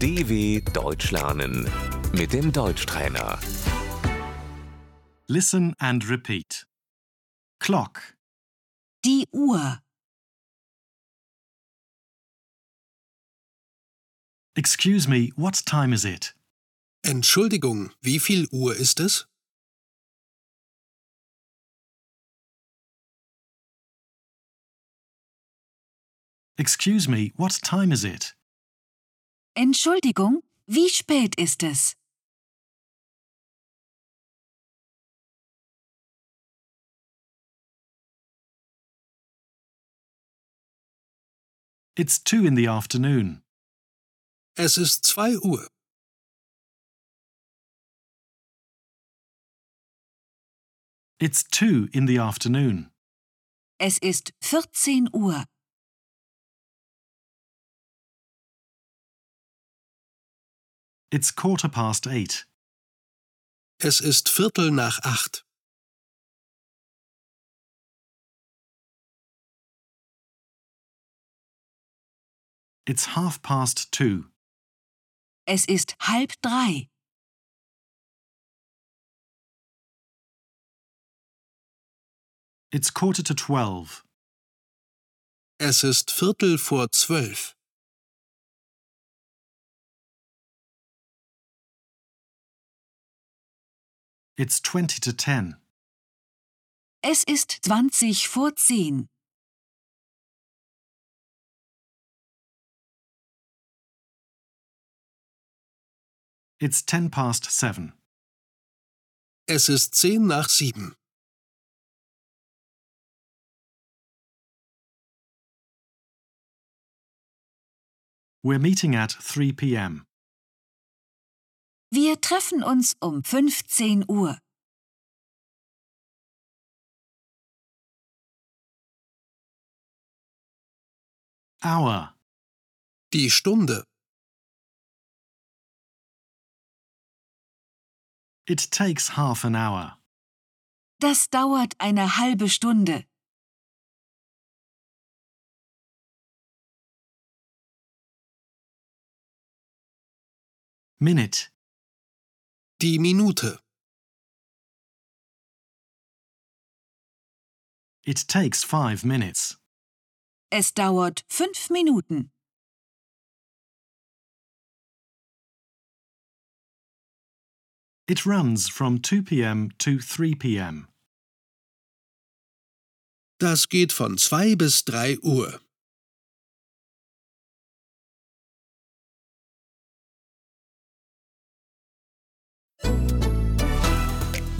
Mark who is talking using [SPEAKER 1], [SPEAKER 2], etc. [SPEAKER 1] DW Deutsch lernen mit dem Deutschtrainer.
[SPEAKER 2] Listen and repeat. Clock,
[SPEAKER 3] Die Uhr,
[SPEAKER 2] excuse me, what time is it?
[SPEAKER 4] Entschuldigung, wie viel Uhr ist es?
[SPEAKER 2] Excuse me, what time is it?
[SPEAKER 3] Entschuldigung, wie spät ist es?
[SPEAKER 2] It's two in the afternoon.
[SPEAKER 4] Es ist zwei Uhr.
[SPEAKER 2] It's two in the afternoon.
[SPEAKER 3] Es ist 14 Uhr.
[SPEAKER 2] It's quarter past eight.
[SPEAKER 4] Es ist Viertel nach acht.
[SPEAKER 2] It's half past two.
[SPEAKER 3] Es ist halb drei.
[SPEAKER 2] It's quarter to twelve.
[SPEAKER 4] Es ist Viertel vor zwölf.
[SPEAKER 2] It's twenty to ten.
[SPEAKER 3] Es ist 20 vor 10.
[SPEAKER 2] It's ten past seven.
[SPEAKER 4] Es ist zehn nach sieben.
[SPEAKER 2] We're meeting at 3 p.m.
[SPEAKER 3] Wir treffen uns um 15 Uhr.
[SPEAKER 2] Hour.
[SPEAKER 4] Die Stunde.
[SPEAKER 2] It takes half an hour.
[SPEAKER 3] Das dauert eine halbe Stunde.
[SPEAKER 2] Minute.
[SPEAKER 4] Die Minute.
[SPEAKER 2] It takes five minutes.
[SPEAKER 3] Es dauert fünf Minuten.
[SPEAKER 2] It runs from 2 p.m. to 3 p.m.
[SPEAKER 4] Das geht von zwei bis drei Uhr.